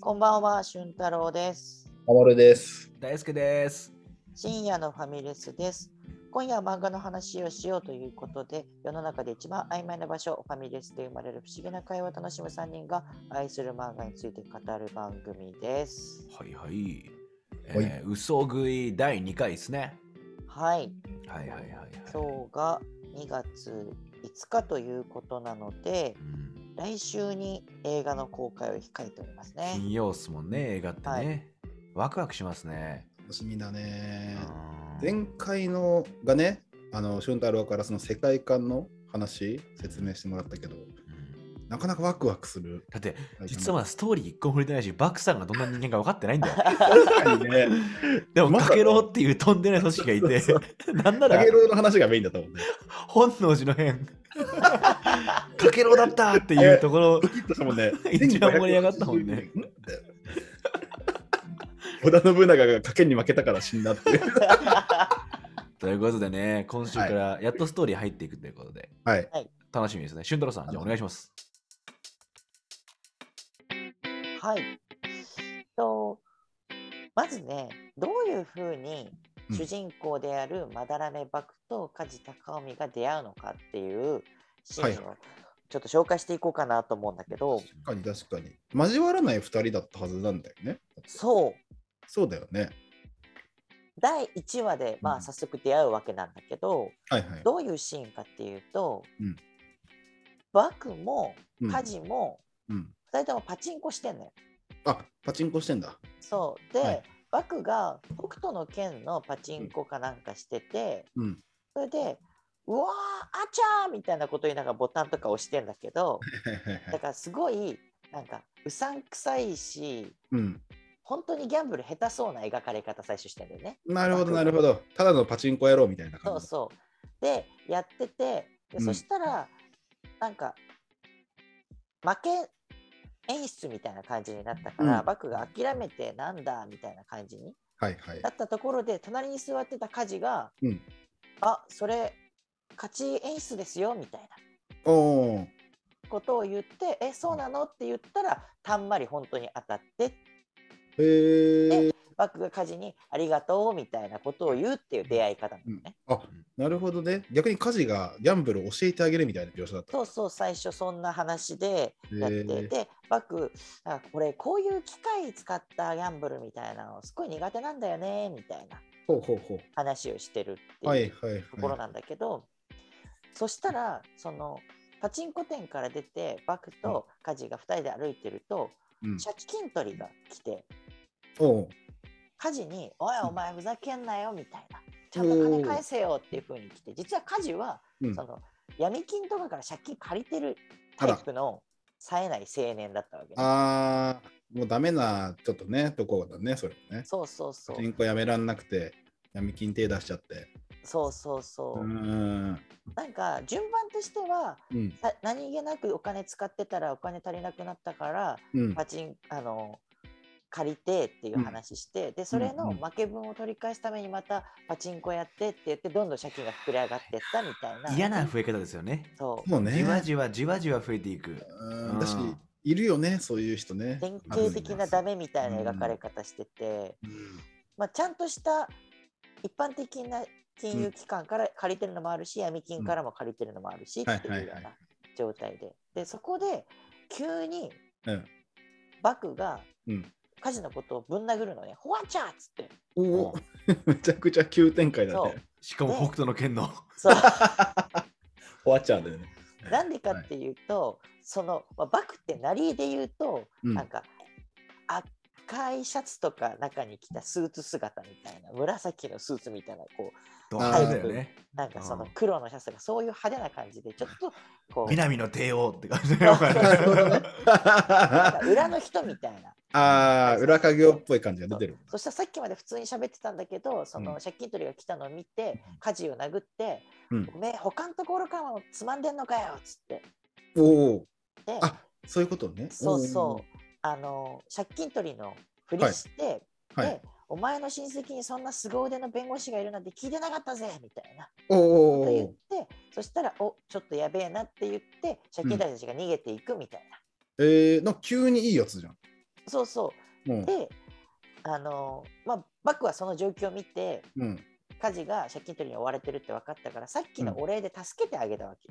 こんばんは、俊太郎です。あまるです。大輔です。深夜のファミレスです。今夜は漫画の話をしようということで、世の中で一番曖昧な場所、ファミレスで生まれる不思議な会話を楽しむ3人が愛する漫画について語る番組です。はいはい。はいえー、嘘食い第2回ですね。はい、はいはいはい、はい。今日が2月5日ということなので、うん来週に映画の公開を控えておりますね。金曜っすもんね、映画ってね。はいワクワクしますね。楽しみだね。うん前回のがね、あの、俊太郎からその世界観の話、説明してもらったけど、なかなかワクワクする。だって、実はストーリー一個も触れてないし、バクさんがどんな人間か分かって ないんだよ。確かにね、でも、まかさかけろっていうとんでない組織がいてそう、なんタならゲロウの話がメインだったもんね。本能寺の変。 かけろだったっていうところ。ドキッとしたもんね 一番盛り上がったもんね1580。織田信長が賭けに負けたから死んだって いう。ということでね、今週からやっとストーリー入っていくということで、はい。楽しみですね。俊太郎さん、じゃあお願いします。はい。とまずねどういうふうにうん主人公であるまだらめ幕と梶高臣が出会うのかっていうシーンをちょっと紹介していこうかなと思うんだけど、確かに確かに。交わらない2人だったはずなんだよね。そうそうだよね。第1話で、まうあ、ん早速出会うわけなんだけど、はいはい。どういうシーンかっていうと、うん幕もうん梶もうん、 2人ともパチンコしてんのよ。あパチンコしてんだ。そうで、はい幕が北斗の拳のパチンコかなんかしてて。うん。それで、うわー、あちゃーみたいなこと言いながらボタンとか押してんだけど、はいはいはだい。からすごい、なんか、うさんくさいし、うん。本当にギャンブル下手そうな描かれ方最初してんだよね。なるほど、なるほど。ただのパチンコ野郎みたいなそ感うじ。そう。で、やってて、でうんそしたら、なんか、負け演出みたいな感じになったから、うんバクが諦めてなんだみたいな感じにはいはいだ。ったところで隣に座ってたカジが、うんあそれ勝ち演出ですよみたいなおおー。ことを言って「えそうなの?」って言ったらたんまり本当に当たってへえ。バックが家事に「ありがとう」みたいなことを言うっていう出会い方なのね。あなるほどね。逆に家事がギャンブルを教えてあげるみたいな描写だった。そうそう最初そんな話でやってへーでバックなんかこれこういう機械使ったギャンブルみたいなのすごい苦手なんだよねみたいなほうほうほ話をしてるってう。はいいうはいはい。ところなんだけど、そしたらそのパチンコ店から出てバックと家事が2人で歩いてるとうん、借金取りが来て。おう家事に「おいお前ふざけんなよ」みたいな「ちゃうんんと金返せよ」っていう風に来て実は家事はうんその闇金とかから借金借りてるタイプの冴えない青年だったわけ、ね、あーもうダメなちょっとねとこだねそれね。そうそうそパうチンコやめらんなくて闇金手出しちゃって。そうそうそうー。うんなんか順番としてはうんさ何気なくお金使ってたらお金足りなくなったからうん。パチンあの借りてっていう話して、でそれの負け分を取り返すためにまたパチンコやってって言ってどんどん借金が膨れ上がってったみたいな嫌な増え方ですよね。そうもうね。じわじわじわじわ増えていく。うんだしいるよねそういう人ね。典型的なダメみたいな描かれ方してて、まあ、ちゃんとした一般的な金融機関から借りてるのもあるし、闇金からも借りてるのもあるし、はいっていうようはいはな状態で。で、そこで急にうんバクがうんカジのことをぶん殴るのね、ホワチャーっつ って。おお めちゃくちゃ急展開だそうね。しかも北斗の剣の。そうフォアチャーだよね。なんでかっていうと、その、まあ、バクってなりで言うと、うんなんか赤いシャツとか中に着たスーツ姿みたいな紫のスーツみたいなこう ド派手だよね。なんかそのうん黒のシャツがそういう派手な感じでちょっとこう南の帝王って感じだよ。なるほ どねなんか裏の人みたいな ああ、裏影っぽい感じが出てる。そしたらさっきまで普通に喋ってたんだけどそうのん借金取りが来たのを見て家事を殴ってうん「おめえ他のところからもつまんでんのかよ」っつっておお、であそういうことね。そうそうあの借金取りのふりしてうはいで。「お前の親戚にそんな凄腕の弁護士がいるなんて聞いてなかったぜ」みたいなおこおと言っー、てそしたら「おちょっとやべえな」って言って借金取りたちが逃げていくみたいな。えー、なんか急にいいやつじゃん。そうそうう。んで、あのまあ、バクはその状況を見て、うん。家事が借金取りに追われてるって分かったから、さっきのお礼で助けてあげたわけ。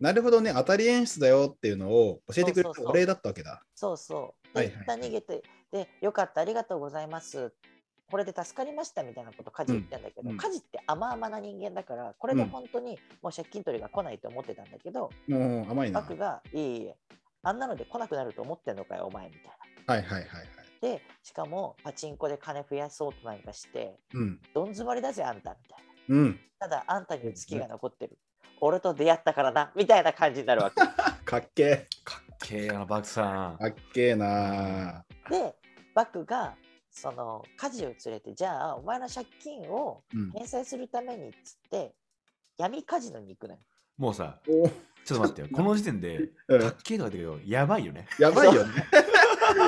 なるほどね、当たり演出だよっていうのを教えてくれそうそうそるうお礼だったわけだ。そうそう。はで、い一はい旦逃げて、で、よかった、ありがとうございます。これで助かりましたみたいなこと家事言ったんだけど、うんうん家事って甘々な人間だから、これで本当にもう借金取りが来ないと思ってたんだけど、もう甘いな。バはクいが、いえいえ、あんなので来なくなると思ってんのかよ、お前みたいな。はいはいはい。で、しかもパチンコで金増やそうとなんかして、うん。どん詰まりだぜ、あんたみたいな。うん。ただ、あんたに月が残ってる。俺と出会ったからな、みたいな感じになるわけ。かっけかっけえよな、バクさえ。。んかっけえなで、バクが、その家事を連れて、じゃあ、お前の借金をうん。返済するためにっつって、闇カジノに行くのよ。もうさ、おーちょっと待ってよ。この時点で、うんかっけえとか言ってるけど、やばいよね。やばいよね。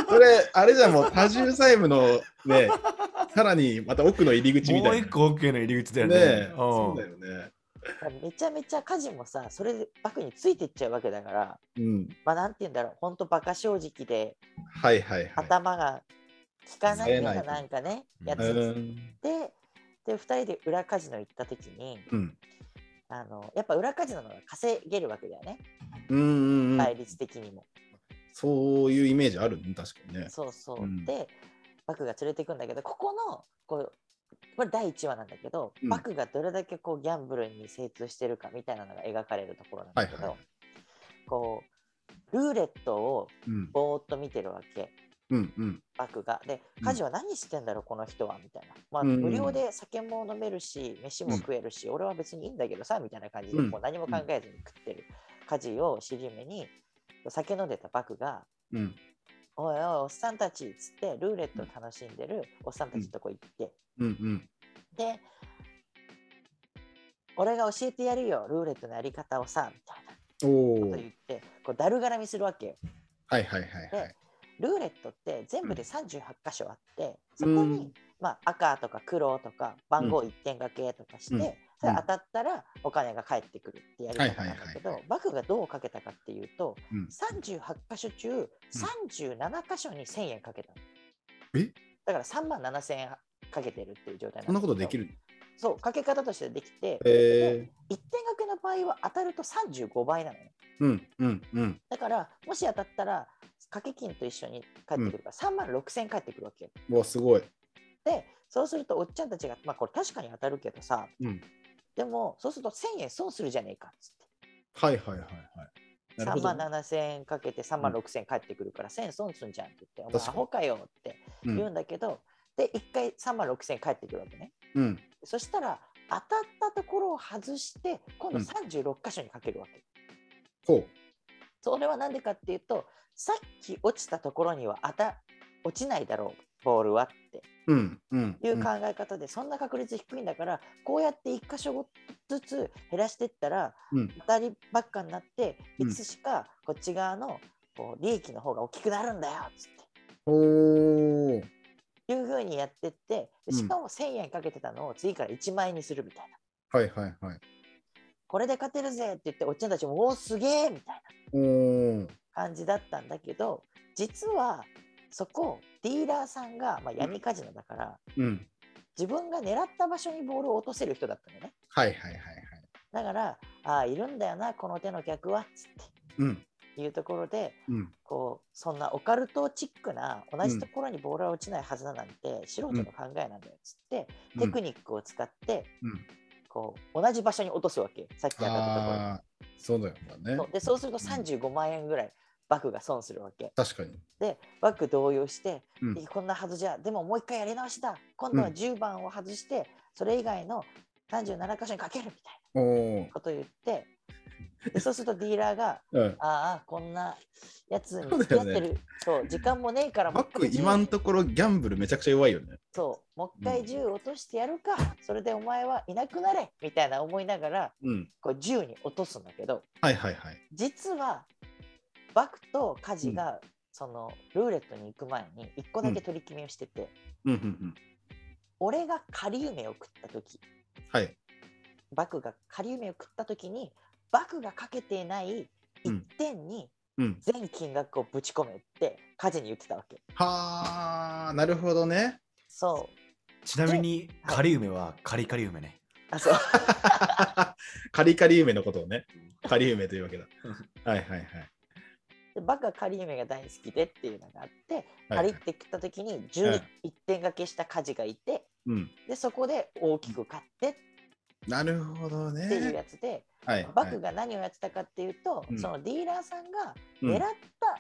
それ、あれじゃんもう多重債務のね、さらにまた奥の入り口みもたういな。一個 OK の入り口だよねね。えうんそうだよね。めちゃめちゃ家事もさ、それでバクについてっちゃうわけだから、うん。まあなんて言うんだろう、ほんとバカ正直で、はいはいはい。頭が効かないよう冴えなないなんかね、うんやうつで、ん。で、2人で裏カジノ行った時に、うん。あのやっぱ裏カジノの方が稼げるわけだよね、うんうんうん。倍率的にも。そういうイメージあるね、確かにね。そうそう。うんで、バクが連れていくんだけど、ここの、こう、これ第1話なんだけど、うんバクがどれだけこうギャンブルに精通してるかみたいなのが描かれるところなんだけど、はいはいこう、ルーレットをうん。ぼーっと見てるわけ。うんうん。バクがでうん家事は何してんだろう、この人はみたいな、まあ、うんうん無料で酒も飲めるし飯も食えるし、俺は別にいいんだけどさみたいな感じでうんこう何も考えずに食ってる家事を尻目に酒飲んでたバクがうん。 「おいおいおっさんたち」っつってルーレットを楽しんでるおっさんたちのとこ行って、うんうん。で俺が教えてやるよルーレットのやり方をさみたいなおことお。言ってこうだるがらみするわけよ。はいはいはいはい。ルーレットって全部で38箇所あって、うそんうこにん、まあ、赤とか黒とか番号1点掛けとかして、うんそれ当たったらお金が返ってくるってやり方なんだけはいはいはいはどいバクがどうかけたかっていうと、うん38箇所中37箇所に1000円かけたの、えだから3万7000円かけてるっていう状態そんなことできるるそうかけ方としてできて、え1点掛けの場合は当たると35倍なのねー、うんうんうん。だからもし当たったら掛け金と一緒に返ってくるから、3万6000返ってくるわけようわ、すごい。でそうするとおっちゃんたちが、まあ、これ確かに当たるけどさうん。でもそうすると1000円損するじゃねえかっつってはいはいはいはい。なるほ3ど万7000円かけて3万6000円返ってくるから、1000円損すんじゃんって言って「お前ア確かにホかよ」ってう言うんんだけど、で1回3万6000円返ってくるわけねうん。そしたら当たったところを外して今度うん36箇所にかけるわけ、ほそれは何でかっていうとさっき落ちたところには当た落ちないだろうボールはってう。うんうん。いう考え方で、そんな確率低いんだからこうやって1箇所ずつ減らしていったらうん当たりばっかになってういんつしかこっち側のこう利益の方が大きくなるんだよっつってほう。いうふうにやってってでうんしかも1,000円かけてたのを次から1万円にするみたいな。はいはいはい。これで勝てるぜって言っておっちゃんたちも「おおすげえ!」みたいなおお。感じだったんだけど実はそこディーラーさんが、まあ、闇カジノだからうん。自分が狙った場所にボールを落とせる人だったのね。はいはいはいはい。だから、ああ、いるんだよな、この手の客は、つっうんていうところで、うん。こう、そんなオカルトチックな、同じところにボールは落ちないはずだなんて、素人の考えなんだよ、つって、テクニニッックを使って、うんこう、同じ場所に落とすわけ、さっき当たったところにああ、そうだよねそう。。で、そうすると35万円ぐらい、バクが損するわけ。確かに。で、バク動揺して、うんいやこんなはずじゃ、でももう一回やり直しだ、今度はうん10番を外して、それ以外の37箇所にかけるみたいな。おお。こと言ってで そうするとディーラーがうん。 「ああこんなやつそにう付き合だよっねてるそう時間もねえからバック10今のところギャンブルめちゃくちゃ弱いよね。そうもう一回銃落としてやるか、それでお前はいなくなれみたいな思いながらうん。こう銃に落とすんだけどはいはいはい。実はバクとカジが、そのルーレットに行く前に一個だけ取り決めをしてて、うんうんうん。俺が仮夢を食った時はい。バクが仮夢を食った時にバクがかけていない1点に、うん。全金額をぶち込めって家事に言ってたわけ。はあ、なるほどね。 そう。ちなみに、カリウメはカリカリ梅ね。あ、 そう。カリカリ梅のことをね、カリ梅というわけだ。はいはいはい。でバカカリ梅が大好きでっていうのがあって、はカいリって来た時に11、うん一点掛けした家事がいて、うん、で、そこで大きく買ってなるほどっていうね。やつで、はい、バクが何をやってたかっていうと、うんそのディーラーさんがはい狙っ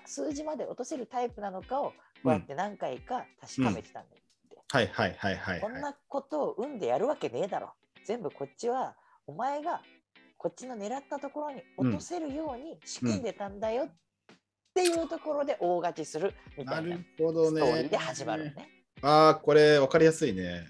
た数字まで落とせるタイプなのかをこうやって何回か確かめてたんだよ、はいはいはいはい。こんなことを運でやるわけねえだろ全部こっちはお前がこっちの狙ったところに落とせるように仕組んでたんだよっていうところで大勝ちするみたないなるほスどトね。ーリーで始まるのね。ああ、これ分かりやすいね。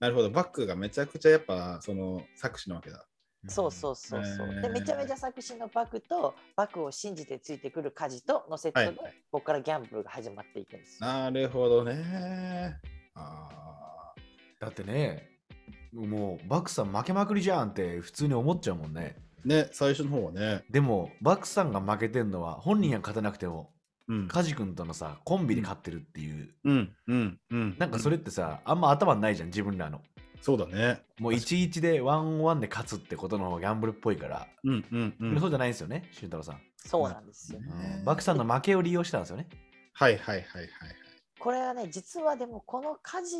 なるほど、バックがめちゃくちゃやっぱその作詞なわけだ。そうそうそうそう。へでーめちゃめちゃ作詞のバクとバクを信じてついてくる家事とのセットはいで、はいここからギャンブルが始まっていくんですよ。なるほどね。あだってね、もうバクさん負けまくりじゃんって普通に思っちゃうもんね。ーね、最初の方はね。でも、バクさんが負けてんのは本人が勝てなくても、うん。カジ君とのさ、コンビで勝ってるっていう、うんうんうん。なんかそれってさ、あんま頭にないじゃん、自分らの。そうだね。もう1-1でワンワンで勝つってことの方がギャンブルっぽいから、うんうんう。そうんじゃないんですよね、俊太郎さん。そうなんですよ。うんバクさんの負けを利用したんですよね。はいはいはいはい。これはね実はでもこの家事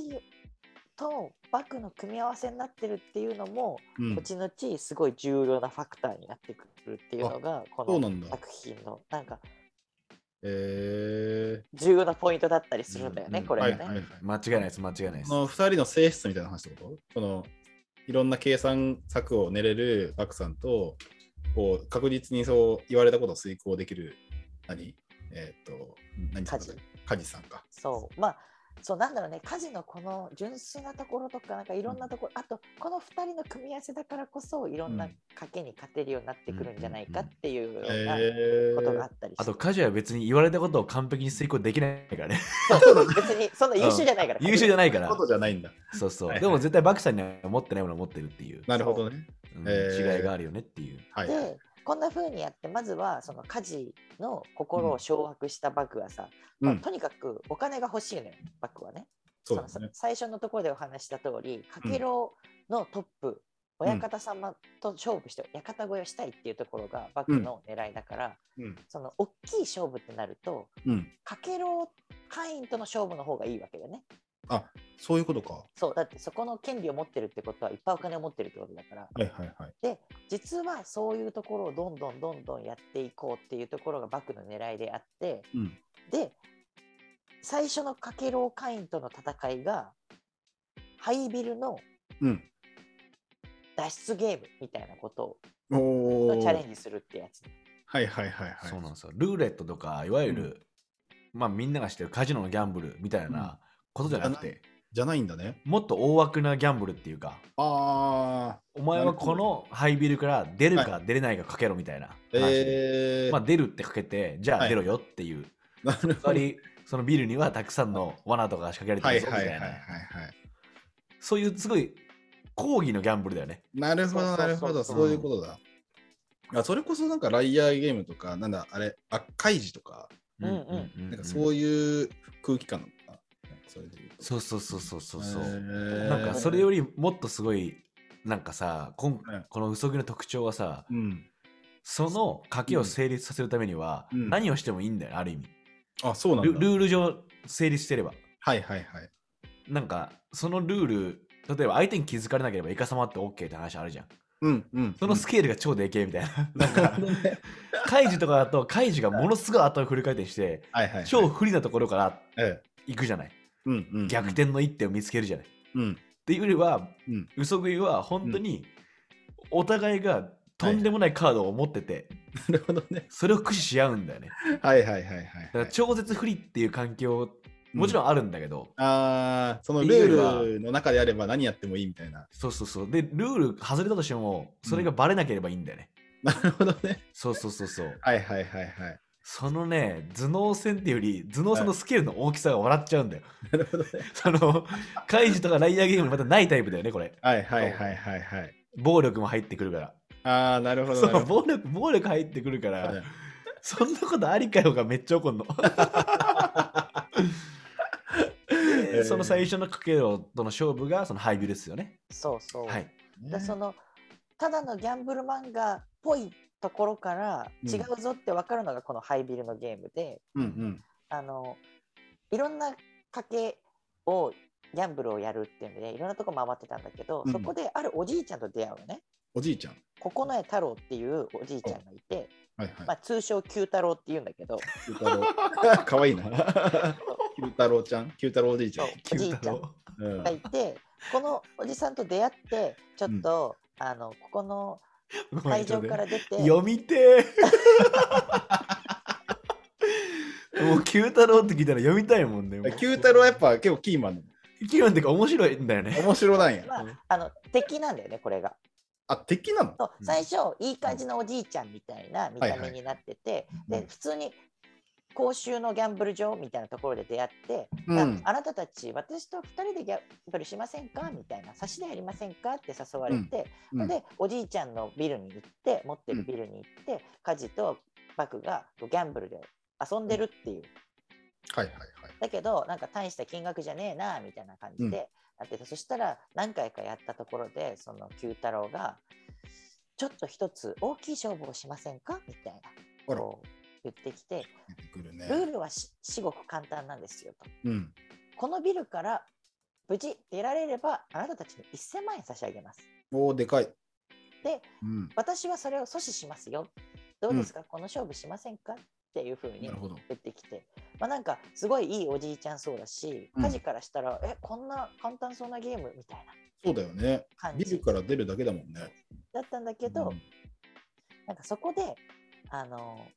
とバクの組み合わせになってるっていうのも、うん後々すごい重要なファクターになってくるっていうのがこそうのなんだ。作品のなんかえ重要なポイントだったりするんだよね、うんこー、れはがいね。はいはい。間違いないです、間違いないですそ。の2人の性質みたいな話ってことそのいろんな計算策を練れるバクさんとこう確実にそう言われたことを遂行できる何えーっ、と何さんだっけカジさんか。そうまあそうなんだろうね家事のこの純粋なところとかなんかいろんなところ、あとこの2人の組み合わせだからこそいろんな賭けに勝てるようになってくるんじゃないかっていうようなえことがあー、ったりして、あと、カジは別に言われたことを完璧に遂行できないから ね。そう別にそんな優秀じゃないから、優秀じゃないないからこ。とじゃないんだ。そうそ。はいうはいでも絶対バクさんには持ってないものを持ってるっていう、なるほどね。うんえー違いがあるよねっていう。はい。でこんな風にやってまずはその家事の心を掌握したバクはさ、うまあん、とにかくお金が欲しいのよバクはねそうですそのね。最初のところでお話しした通りかけろのトップ、うん親方様と勝負して館越えをしたいっていうところがバクの狙いだから、うんその大きい勝負ってなるとうん。かけろ会員との勝負の方がいいわけだよねあそういうことか。はそうだってそこの権利を持ってるってことはいっぱいお金を持ってるってことだからいはいはい。実はそういうところをどんどんどんどんやっていこうっていうところがバクの狙いであってうん。で最初のかけろ会員との戦いがハイビルのうん。脱出ゲームみたいなことおをーチャレンジするってやつ。はいはいはいはい。そうなんですよ。ルーレットとか、いわゆる、まあみんなが知ってるカジノのギャンブルみたいなことじゃなくて、じゃないんだね。もっと大枠なギャンブルっていうか、ああ。お前はこのハイビルから出るか出れないかかけろみたいな話で。えー、まあ出るってかけて、じゃはあい出ろよっていう。 なるつまり、そのビルにはたくさんの罠とかが仕掛けられてはいるはぞみいたはいいはいは。。ないそういうすごい抗議のギャンブルだよね。なるほそうそうそうど、なるほど、そういうことだ。あそれこそなんかライアーゲームとか、なんだ、あれ、あカイジとか、うんうんうんなんかそういう空気感なのかな。なんかそれで言うとそうそうそうそうそうそへう。ーなんかそれよりもっとすごいなんかさこんはいこのウソギの特徴はさうん。その賭けを成立させるためにはうん何をしてもいいんだよある意味あ、そうなんルだ。ルール上成立してればはいはいはい。なんかそのルール例えば相手に気づかれなければイカ様って OK って話あるじゃんうんうん。そのスケールが超でけえみたい ななんなるかほどねカイジとかだとカイジがものすごい後をフル回転してはいはい。超不利なところからええ行くじゃないうんうん。逆。転の一手を見つけるじゃないうん。っていうよりは、うん嘘食いは本当にお互いがとんでもないカードを持ってて、なるほどね。それを駆使し合うんだよね。はいはいはいはいだかはい。ら超絶不利っていう環境もちろんあるんだけど、ああ、そのルールの中であれば何やってもいいみたいな。そうそうそうでルール外れたとしてもそれがバレなければいいんだよね。なるほどね。そうそうそうそうはいはいはいはい。そのね頭脳戦っていうより頭脳戦のスケールの大きさが笑っちゃうんだよ。なるほどね。そのカイジとかライアーゲームにまたないタイプだよねこれはいはいはいはいはい。暴力も入ってくるからああ、なるほど。そなるうほど暴力暴力入ってくるから。そんなことありかよがめっちゃ 怒んの。でその最初のかけろとの勝負がそのハイビルですよね。そうそう。はい。だそのただのギャンブル漫画っぽいところからうん違うぞって分かるのがこのハイビルのゲームで、うんうん。あのいろんな賭けをギャンブルをやるっていうのでいろんなとこ回ってたんだけど、うんそこであるおじいちゃんと出会うのねおじいちゃん。九重太郎っていうおじいちゃんがいて、はいはいま。あ、通称九太郎っていうんだけど九太郎。 かわいいな。九太郎ちゃん。九太郎おじいちゃん。おじいちゃん郎。うんがいてこのおじさんと出会ってちょっと、あのここのごめ会んち場ょっとかねら出て読みてえ もう九太郎って聞いたら読みたいもんね。もう九太郎はやっぱ結構キーマンなの。キーマンってか面白いんだよね。面白なんや。まあ、あの敵なんだよねこれが。あ、敵なのそううん最初いい感じのおじいちゃんみたいな見た目になってて、はいで普通に公衆のギャンブル場みたいなところで出会って、うんああなたたち私と2人でギャンブルしませんかみたいな差しでやりませんかって誘われて、うんでおじいちゃんのビルに行って持ってるビルに行って、家事とバクがギャンブルで遊んでるっていうはいはいはい。だけどなんか大した金額じゃねえなみたいな感じで、なっててそしたら何回かやったところでその九太郎が「ちょっと一つ大きい勝負をしませんか?」みたいあならこう言ってきて出てく「るねル。ールはし至極簡単なんですよ」とうん。 「このビルから無事出られればあなたたちに1,000万円差し上げます」おー、でかい。でうん。「私はそれを阻止しますよ」「どうですか、この勝負しませんか?」っていうふうになるほど。出てきて、まあ、なんかすごいいいおじいちゃんそうだしうん家事からしたら、えこんな簡単そうなゲームみたいなそうだよね。感ビルじから出るだけだもんね。だったんだけど、なんかそこであの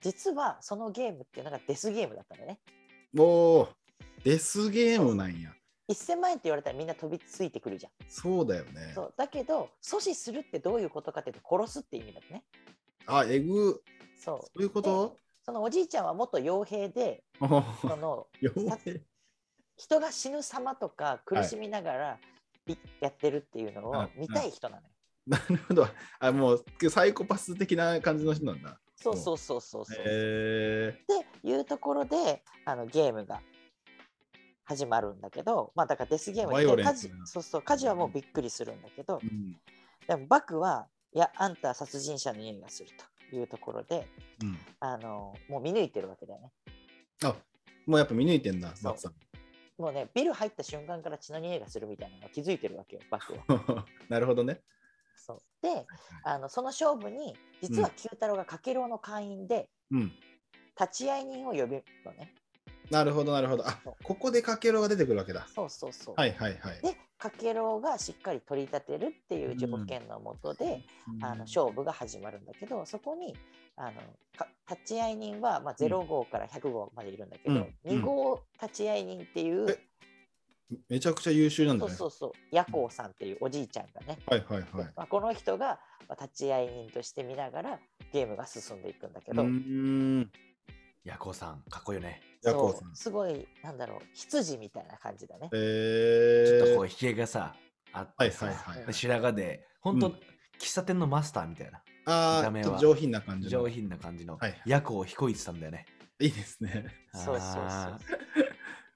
実はそのゲームっていうのがデスゲームだったんだよねうんおー、デスゲームなんや。 1000万円って言われたらみんな飛びついてくるじゃん、そうだよね。そうだけど阻止するってどういうことかっていうと殺すって意味だったねあ、えぐ。そうそういうことそのおじいちゃんは元傭兵 であそのよう人が死ぬ様とか苦しみながらいやってるっていうのうをん見たい人なのよ、 なるほど。あ、もうサイコパス的な感じの人なんだ。そうそうそうそうそう。へえっていうところであのゲームが始まるんだけど、まあだからデスゲームバイオでレンカスジなそうそうカジはもうびっくりするんだけど、うん。でもバクはいやあんたは殺人者の匂いがするというところでうん。あのもう見抜いてるわけだよね。あ、もうやっぱ見抜いてんだ、そうマツさん。もうねビル入った瞬間から血の匂いがするみたいなの気づいてるわけよバクは。 なるほどね。そうであのその勝負に実は九太郎がかけろうの会員でうん。立ち会い人を呼ぶのね。なるほど、なるほど。あ、ここでかけろが出てくるわけだ。そうそうそう。はいはいはい。でかけろうがしっかり取り立てるっていう条件のもとで、あの勝負が始まるんだけどそこにあのか立ち会い人は、まあ、0号から100号までいるんだけど、うん2号立ち会い人っていう、えめちゃくちゃ優秀なそんだうね。そうそう夜行さんっていうおじいちゃんがね、はいはいはい。まあ、この人がまあ立ち会い人として見ながらゲームが進んでいくんだけど、うーん。ヤコさん、かっこいいよね。ヤコウそさう。んすごいなんだろう羊みたいな感じだね。えちょっとこう、ー。ひげがさ、あっはいてはさ、いはいうん。白髪で、本当、うん喫茶店のマスターみたいな、あ見たあ、目はちょっと上品な感じの。上品な感じの、はいはいヤコを彦一さんだよね。いいですね。 そうそうそうあー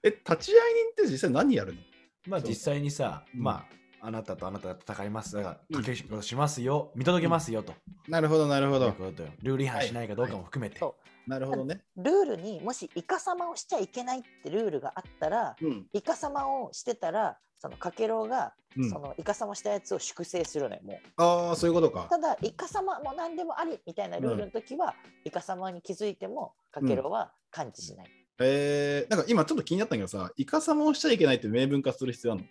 え、立ち会い人って実際何やるのまあそう実際にさ、うんまあ、あなたとあなたが戦います。だかうら、ん駆け引きをしますよ、見届けますよと。なるほど、なるほいうど。ことよルール違反しないかどうかも含めて。はいはなるほどね。ルールにもしイカ様をしちゃいけないってルールがあったらうん。イカ様をしてたらそのかけろうがうんそのイカ様したやつを粛清するのよもああ、そういうことかう。ただイカ様も何でもありみたいなルールの時は、イカ様に気づいてもかけろは感知しない、えー、なんか今ちょっと気になったんだけどさ、イカ様をしちゃいけないって明文化する必要あるの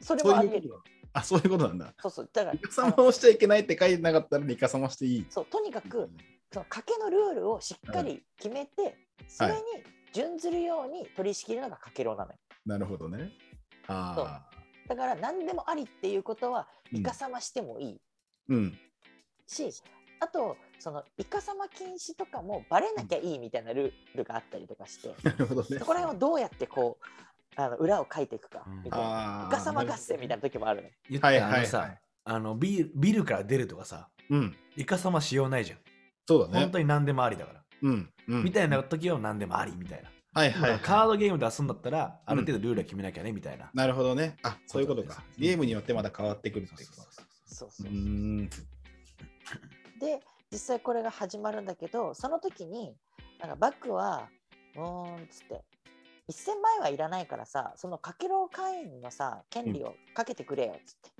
それそうもあいりう得ることなのあ、そういうことなんだ。そうそうだからイカ様をしちゃいけないって書いてなかったらイカ様していい。そうとにかくその賭けのルールをしっかり決めて、それに準ずるように取り仕切るのがかけろなのよなるほどね。ああ。だから何でもありっていうことはうんイカ様してもいいうん。し、あとそのイカ様禁止とかもバレなきゃいいみたいなルールがあったりとかして、なるほどねそ。こら辺をどうやってこうあの裏を書いていくかうんみたいな。あイあ。カ様合戦みたいな時もあるね。言ったらはいはいはいあのさ、あのビルビルから出るとかさ、うん。イカ様しようないじゃん。そうだ本ね。当に何でもありだから。うん。うんみたいな時は何でもありみたいな。はいはいはだい。からカードゲームで遊んだったら、ある程度ルールは決めなきゃねみたいな。なるほどね。あ、そういうことそうかで。すゲームによってまた変わってくるっていうこそうそうそそうそうと。ううーん。で実際これが始まるんだけどその時になんかバックはうーんっつって1000万円はいらないからさそのかけろう会員のさ権利をかけてくれよっつって、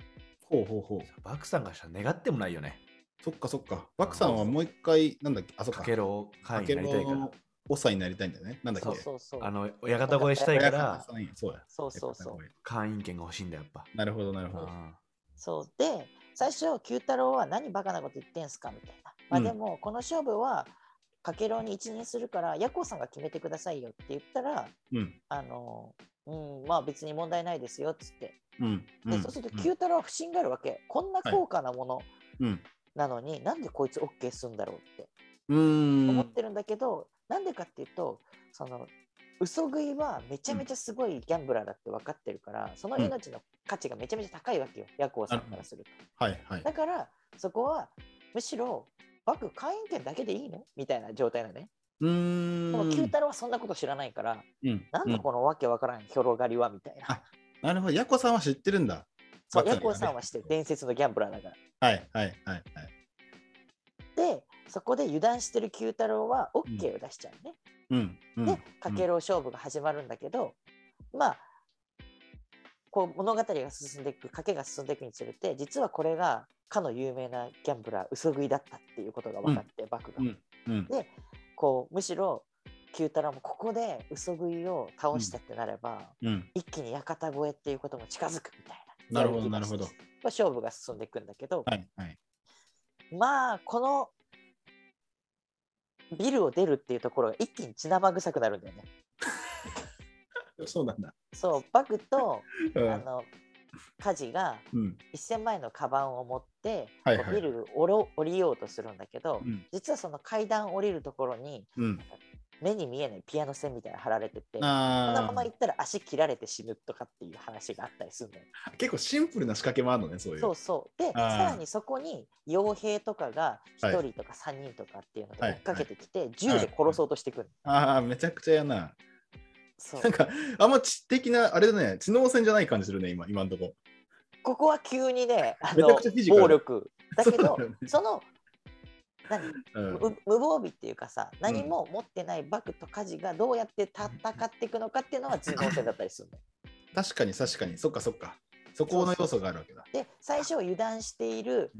ほうほうほう。バクさんがしたら願ってもないよね。そっかそっか。バクさんはもう一回、なんだっけ、あ、そっか。かけろ会員になりたいかかけろらの。長になりたいんだよね。なんだっけ。そううそうそうあの、親方越えしたいから、そうや。そうそうそう会員権が欲しいんだよ、やっぱ。なるほど、なるほど。そうで最初九太郎は何バカなこと言ってんすかみたいな、まあ、うんでもこの勝負はかけろうに一任するからヤコウさんが決めてくださいよって言ったらうん。あのうんまあ別に問題ないですよっつってうん。でそうすると九太郎は不審があるわけ、こんな高価なものうん。なのになんでこいつ OK するんだろうってうん。思ってるんだけど、なんでかっていうとその嘘食いはめちゃめちゃすごいギャンブラーだって分かってるからその命の価値がめちゃめちゃ高いわけよ、ヤコウさんからすると。はいはい。だからそこはむしろ幕府会員権だけでいいのみたいな状態だね。うーん。でも九太郎はそんなこと知らないから、うんなんだこのわけわからん広がりはみたいな。あなるほど。ヤコさんは知ってるんだ。そう、わかるヤコウさんはしてる伝説のギャンブラーだから。はいはいはいはい。で、そこで油断してる九太郎は OK を出しちゃうね。うん。うんで、かけろう勝負が始まるんだけど、まあ、こう物語が進んでいく、賭けが進んでいくにつれて、実はこれがかの有名なギャンブラー、嘘食いだったっていうことが分かって、幕府が。うん。こうむしろ九太郎もここで嘘食いを倒したってなれば、うん。一気に館越えっていうことも近づくみたいな。なるほどやな気がしてるほど。まあ勝負が進んでいくんだけど、はいはい。まあこのビルを出るっていうところが一気に血生臭くなるんだよね。そうなんだ。そうバグと、うあん。のカジがうん。 1,000万円のカバンを持って、はいはいこうビルを降ろ降りようとするんだけど、うん実はその階段降りるところにうん。目に見えないピアノ線みたいなの貼られてて。このまあま行ったら足切られて死ぬとかっていう話があったりするのよ。あ。結構シンプルな仕掛けもあるのね、そういう。そうそう。で、あーさらにそこに傭兵とかがはい1人とか3人とかっていうので追はいっかけてきて、銃で殺そうとしてくる。ああ、めちゃくちゃやな。そうなんか、あんま知的な、あれだね、知能戦じゃない感じするね、今、今んとこ。ここは急にね、あめちのゃくちゃフィジカル暴力。だけそうどだよね、その何うん。無無防備っていうかさ、何も持ってないバクとカジがどうやって戦っていくのかっていうのは頭脳戦だったりするのよ。確かに確かに、そっかそっか。そこの要素があるわけだ。で、最初油断している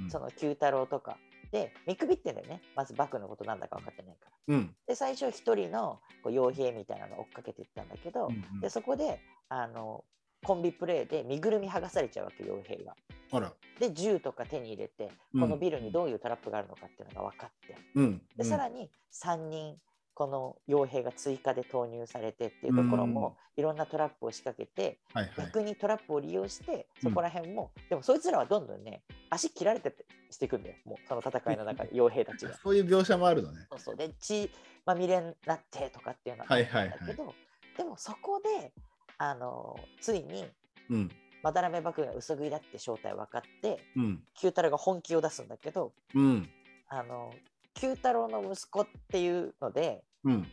うんその九太郎とか。で、見くびってんだよね。まずバクのことなんだか分かってないから。うん。で最初一人のこう傭兵みたいなのを追っかけていったんだけど、うんうんでそこであのコンビプレーで身ぐるみ剥がされちゃうわけ傭兵が。あら。で銃とか手に入れてうんこのビルにどういうトラップがあるのかっていうのが分かってうん。でさらに3人この傭兵が追加で投入されてっていうところもいろんなトラップを仕掛けてうんはいはい。逆にトラップを利用してそこら辺もでもそいつらはどんどんね足切られてってしていくんだよもうその戦いの 中で傭兵たちが。そういう描写もあるのね。そうそうで血まみれになってとかっていうのはあはっいはいたはけい。ど、でもそこであのついにうん。渡辺幕府が嘘食いだって正体分かってうん。九太郎が本気を出すんだけどうん。あの九太郎の息子っていうのでうん。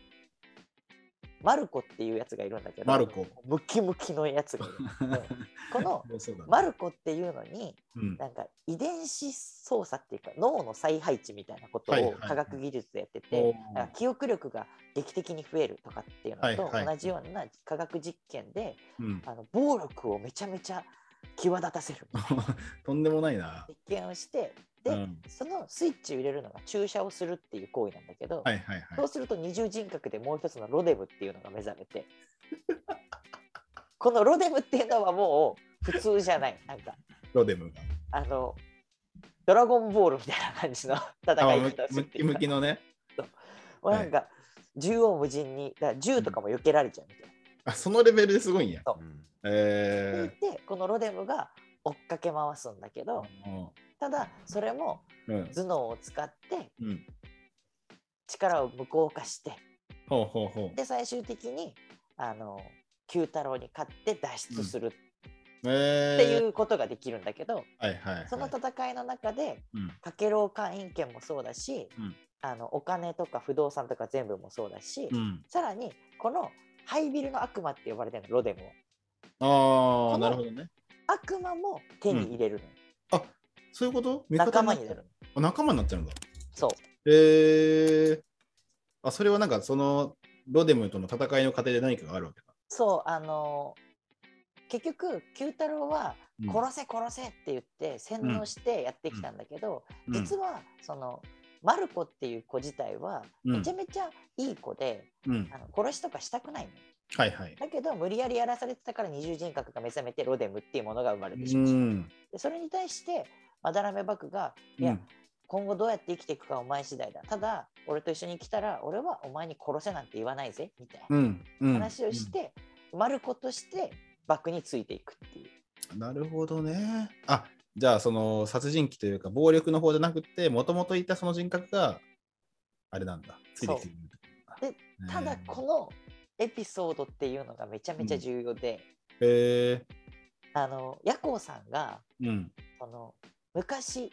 マルコっていうやつがいるんだけどマルコ。ムキムキのやつがいる このそうだねマルコっていうのにうん。なんか遺伝子操作っていうか脳の再配置みたいなことはいはをいはい科学技術でやってて、おーなんか記憶力が劇的に増えるとかっていうはのいとはい同じような科学実験で、うん。 あの暴力をめちゃめちゃ際立たせるとんでもないな。実験をしてで、うんそのスイッチを入れるのが注射をするっていう行為なんだけど、はいはいそはうすると二重人格でもう一つのロデブっていうのが目覚めてこのロデブっていうのはもう普通じゃ ないなんかい。ロデムが。あのドラゴンボールみたいな感じの戦あいむ方をするむっていきうむかきのね。もうなんか縦横無尽にだから銃とかも避けられちゃうみたいな。あ、そのレベルですごいんや。うんえでいてこのロデムが追っかけ回すんだけどー。もただそれもううん。頭脳を使ってうん。力を無効化してほうほうほう。で最終的にあの九太郎に勝って脱出するえっていうことができるんだけど、はいはい、はい。その戦いの中でうんかけろう会員権もそうだし、うんあのお金とか不動産とか全部もそうだし、うん、さらにこのハイビルの悪魔って呼ばれてるのロデムをあのあ、なるほどね。悪魔も手に入れるの、そういうこと仲間になる。のあ仲間になっちゃうんだ。そうえー、あそれはなんかそのロデムとの戦いの過程で何かがあるわけだ。そうあの結局九太郎はうん殺せ殺せって言って洗脳してやってきたんだけど、うん実はそのマルコっていう子自体はうんめちゃめちゃいい子で、うん、あの殺しとかしたくないのはいはい。だけど無理やりやらされてたから二重人格が目覚めてロデムっていうものが生まれてしうまう、ん、でそれに対してまだらめ幕が「いや、うん今後どうやって生きていくかはお前次第だただ俺と一緒に来たら俺はお前に殺せなんて言わないぜ」みたいな。うん、うん話をして、マルコとしてバックについていくっていううんなるほどね。あじゃあその殺人鬼というか暴力の方じゃなくてもともといたその人格があれなんだ。ついてきてるそうでただこのエピソードっていうのがめちゃめちゃ重要で、えあの夜行さんがー、うん。その昔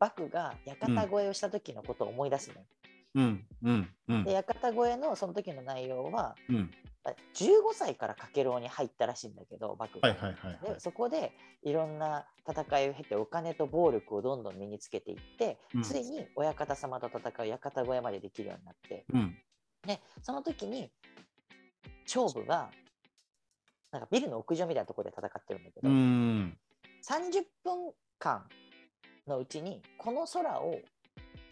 幕が館越えをした時のことを思い出すのよ、うんうんうんで館越えのその時の内容はうんあ15歳からかけろうに入ったらしいんだけど幕が、はいはいはいはいでそこでいろんな戦いを経てお金と暴力をどんどん身につけていって、うんついに親方様と戦う館小屋までできるようになってうんでその時に長部がなんかビルの屋上みたいなところで戦ってるんだけど、うん30分間のうちにこの空を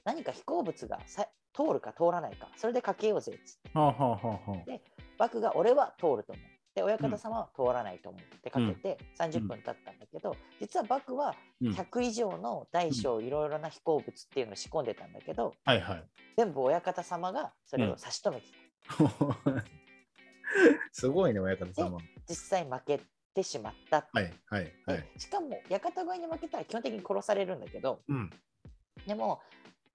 何か飛行物がさ通るか通らないかそれでかけようぜっつってはあはあはあはあバクが俺は通ると思う。で親方様は通らないと思うってかけて30分経ったんだけど、実はバクはうん100以上の大小いろいろな飛行物っていうのを仕込んでたんだけど、はいはい全部親方様がそれを差し止めて、 すごいね、親方様。実際負けてしまったって、はいはいはい。しかも館越えに負けたら基本的に殺されるんだけどうんでも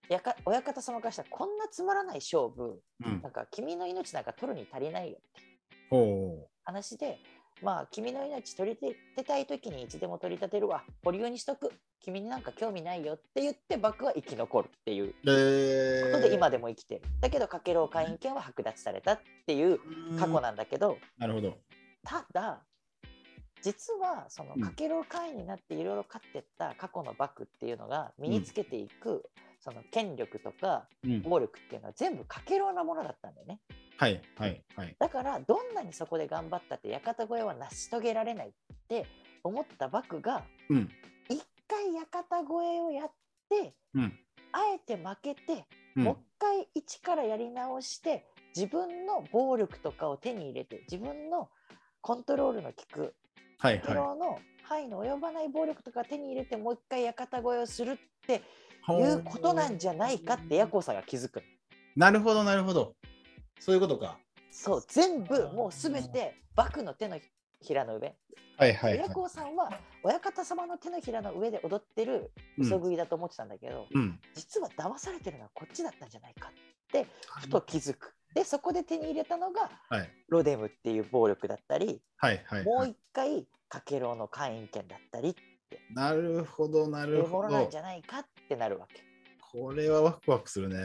やか親方様からしたらこんなつまらない勝負うんなんか君の命なんか取るに足りないよってほ話でまあ君の命取り立てたい時にいつでも取り立てるわ保留にしとく君になんか興味ないよって言って幕は生き残るっていうう。でことで今でも生きてる、だけどかけろう会員権は剥奪されたっていう過去な。なんだけど、なるほど。ただ実はそのうんかけろう会員になっていろいろ勝ってった過去の幕っていうのが身につけていく、その権力とかうん暴力っていうのは全部かけろうなものだったんだよねはいはいはい。だからどんなにそこで頑張ったって館越えは成し遂げられないって思った幕がうん一回館越えをやってうんあえて負けて、うんもう一回一からやり直して自分の暴力とかを手に入れて自分のコントロールの効くはい疲は労の範囲の及ばない暴力とか手に入れてもう一回館越えをするってい。いうことなんじゃないかってヤコウさんが気づくのなるほどなるほど。そういうことか。そう全部もう全て幕の手のひらの上はいはい親はい。子さんは親方様の手のひらの上で踊ってるうん嘘食いだと思ってたんだけど、うん。実は騙されてるのはこっちだったんじゃないかふと気づくでそこで手に入れたのがはいロデムっていう暴力だったり、はいはいもはうい。一回かけろうの会員権だったりってなるほどないうるもほのなんどじ。ゃないかってなるわけこれはワクワクするね。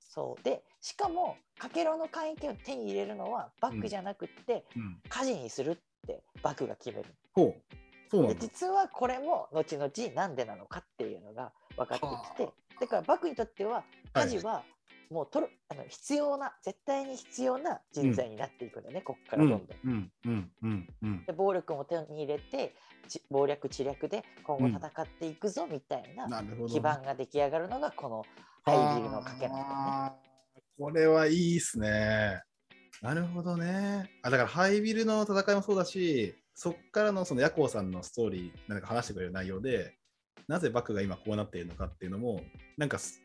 そうでしかもかけろうの会員権を手に入れるのはバックじゃなくって、うん。家事にするってバックが決めるほう。そうなでんだ。実はこれも後々なんでなのかっていうのが分かってきてだからバクにとってはは家い事はもう取る、あの必要な絶対に必要な人材になっていくんだよね、こっからどんどん。うんうんうんうん。で暴力も手に入れてち謀略知略で今後戦っていくぞみたいななるほど。基盤が出来上がるのがこのハイビルの賭けなんだよね。あーこれはいいっすね。なるほどね。あだからハイビルの戦いもそうだし、そっからのそのヤコウさんのストーリー、なんか話してくれる内容で、なぜバクが今こうなっているのかっていうのも、なんかす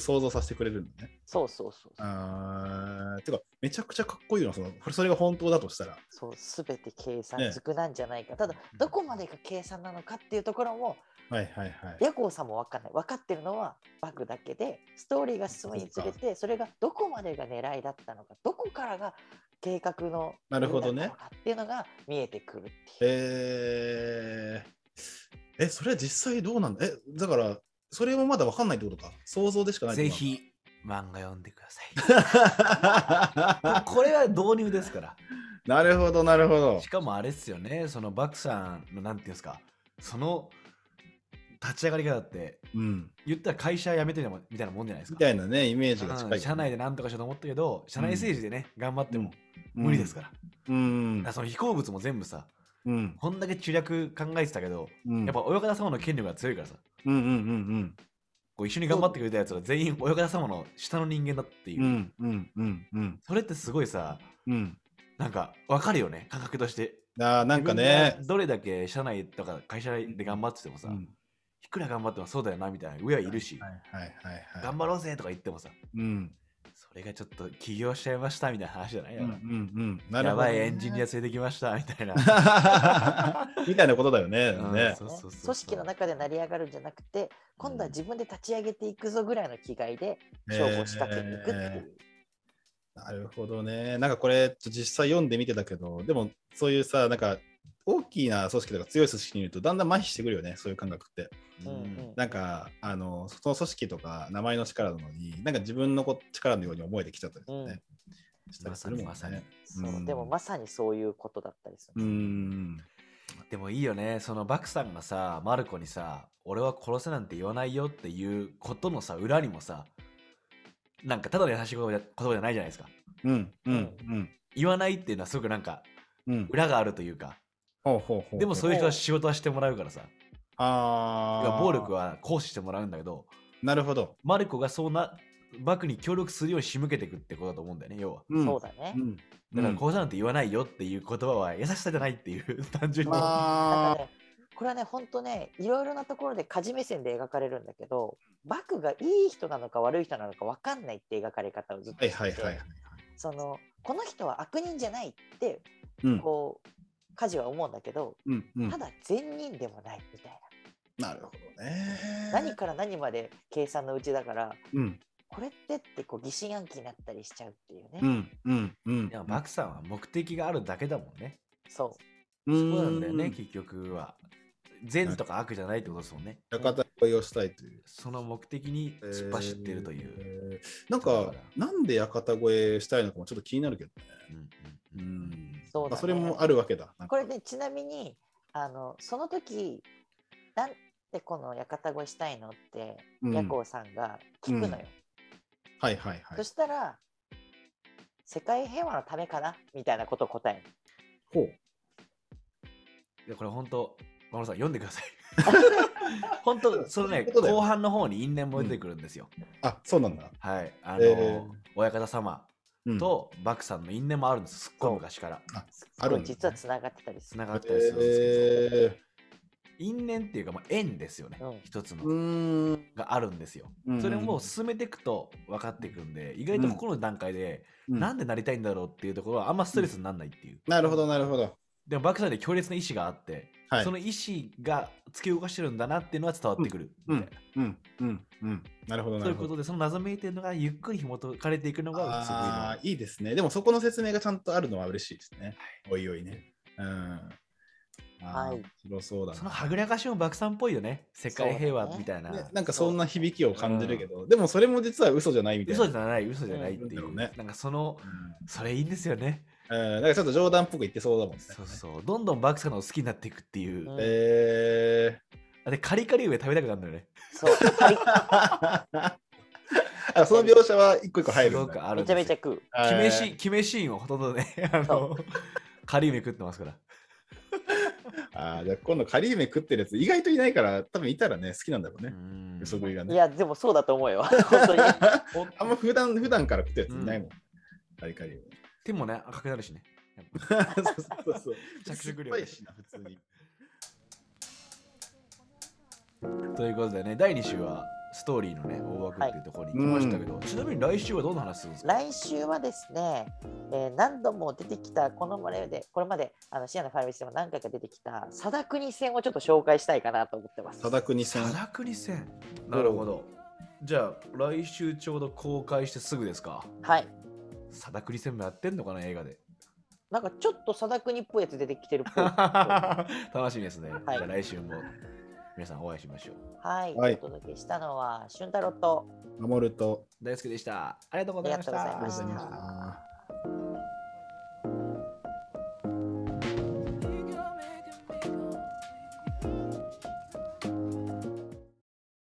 想像させてくれるんだね。そうそうそうあーてか、めちゃくちゃかっこいいの、そのこれそれが本当だとしたら。そう全て計算ねづくなんじゃないか、ただどこまでが計算なのかっていうところもはいはいはい。夜行さんも分かんない分かってるのはバグだけでストーリーが進むにつれてそれがどこまでが狙いだったのかどこからが計画のなるほどねなんだろうなっていうのが見えてくるっていう。えー、え、それは実際どうなんだえ、だから、それもまだ分かんないってことか。想像でしかないってぜことか。ひ漫画読んでください。これは導入です から。なるほど、なるほどし。かもあれですよね、そのバクさんのなんていうんですか、その立ち上がり方って、うん。言ったら会社辞めてるみたいなもんじゃないですみか。たいなね、イメージがう近んい、社内で何とかしようと思ったけど、社内政治でね、頑張ってもうん無理ですから。うんだから。その飛行物も全部さ、うん。こんだけ中略考えてたけど、うん。やっぱ親方様の権力が強いからさ、うんうんうんこう一緒に頑張ってくれたやつら全員親方様の下の人間だっていうう、ん。うんうんうんうんそれってすごいさ、うん。なんか分かるよね、感覚として。あーなんかね自分。がどれだけ社内とか会社で頑張っててもさ、うんいくら頑張ってもそうだよなみたいな上はいるし、はいはいはいはい。頑張ろうぜとか言ってもさ、うん。それがちょっと起業しちゃいましたみたいな話じゃないうんうんうよ、ん。なるやほどねばいエンジニア連れてきましたみたいな。 みたいなことだよね。うんねそうそうそうそう組織の中で成り上がるんじゃなくて 今度は自分で立ち上げていくぞぐらいの気概で勝負を仕掛けていくっていう、えーなるほどね。なんかこれ、ちょっと実際読んでみてたけど、でもそういうさ、なんか大きな組織とか強い組織にいると、だんだん麻痺してくるよね、そういう感覚って。うんうんなんか、あの、その組織とか名前の力なのに、なんか自分のこ力のように思えてきちゃったりとかね。したまりすさるにもんね。まさに。そううんでもまさにそういうことだったりすうる、ん。でもいいよね、そのバクさんがさ、マルコにさ、俺は殺せなんて言わないよっていうことのさ、裏にもさ、なんかただの優しい言葉じゃ言葉じゃないじゃないですか。うん。うん。うん。言わないっていうのはすごくなんかうん。裏があるというか、ほうほうほう。でもそういう人は仕事はしてもらうからさ、ああ。暴力。は行使してもらうんだけど、なるほど。マルコがそうな、バクに協力するように仕向けていくってことだと思うんだよね、要は。うんそうだね、うん。だからこうじゃなんて言わないよっていう言葉は優しさじゃないっていう単純に。なあんかねこれはね本当ねいろいろなところで家事目線で描かれるんだけどバクがいい人なのか悪い人なのか分かんないって描かれ方をずっとーはいしてはいてはい。そのこの人は悪人じゃないってうん。こう家事は思うんだけどうんうんただ善人でもないみたいなるほどね。な何から何まで計算のうちだからうんこれってってこう疑心暗鬼になったりしちゃうっていうね、うんうんうん。でもバクさんは目的があるだけだもんね。そううそうなんだよね、ん結局は。善とか悪じゃないってことですもんね。館に恋をしたいという。その目的に突っ走ってるという。えー。なんか、なんで屋形越えしたいのかもちょっと気になるけどね。うんううんん。そうだねまあそれもあるわけだ。なんかこれねちなみにあのその時なんでこの館越えしたいのってうん夜行さんが聞くのよ、はいはいはいそ。したら世界平和のためかなみたいなことを答える ほう。いやこれ本当、ごめんなさい、読んでく ださい。本当、 そのそうね、いうことだよ後半の方に因縁も出てくるんですよ。あ、そうなんだ。はい。あの、えー親方様うん、とバクさんの因縁もあるんです、すっごい昔から。すあるごいんだね実はつながってたりすつるながってたりするんですけど、え因縁っていうか、まあ、縁ですよね、うん一つー、うーのん。があるんですよ。うんそれをもう進めていくと分かっていくんで、意外とここの段階で、うんなんでなりたいんだろうっていうところはあんまストレスにならないっていう。なるほどなるほど。でもバクさんで強烈な意志があって、はいその意志が突き動かしてるんだなっていうのは伝わってくるみたいな。うんうんうん。なるほどなそるういうこほど。とで、その謎めいてるのがゆっくり紐解かれていくのがすごいなああー、いいですね。でもそこの説明がちゃんとあるのは嬉しいですね。おいおいね。うん。あはーい面白そうだな。そのはぐらかしもバクさんっぽいよね。世界平和みたいな。ね、なんかそんな響きを感じるけど、でもそれも実は嘘じゃないみたいな。嘘じゃない、嘘じゃないっていう。うんなんだろうねなんかその、うんそれいいんですよね。うん、なんかちょっと冗談っぽく言ってそうだもんね。そうそう。どんどんバクさんの好きになっていくっていうう。ん えあで、カリカリ梅食べたくなるんだよね。そうカリー、あその描写は一個一個入するごんだ。く あるめんちゃでめすちゃよ。食うえ決ーめシーン、決めシーンをほとんどね、 あの、カリ梅食ってますから。あーじゃあ今度カリーメ食ってるやつ意外といないから多分いたらね好きなんだろううね。ん嘘食いがいね。やでもそうだと思うよ 本当にあんま普段普段から食ってるやついないもん。カリカリ 梅。手もね、赤くなるしね。そうそうそう。着色 料酸っぱいしな普通に。ということでね、第2週はストーリーのね、大枠っていうところに行きましたけど、ちなみに来週はどんな話するんですか来週はですね、えー何度も出てきたこのまででこれまであのシアのファイブスでも何回か出てきた貞国戦をちょっと紹介したいかなと思ってます貞国戦。貞国戦。なるほど。じゃあ、来週ちょうど公開してすぐですか。はい 貞国戦もやってんのかな、映画で。なんかちょっと貞国っぽいやつ出てきてる っぽい。は楽しみですね。いじゃあ来週も皆さんお会いしましょう。い、はいお届けしたのは俊太郎と守ると、大好きでした。ありがとうごありざいがましとうございまありたがしとうございまたし。た。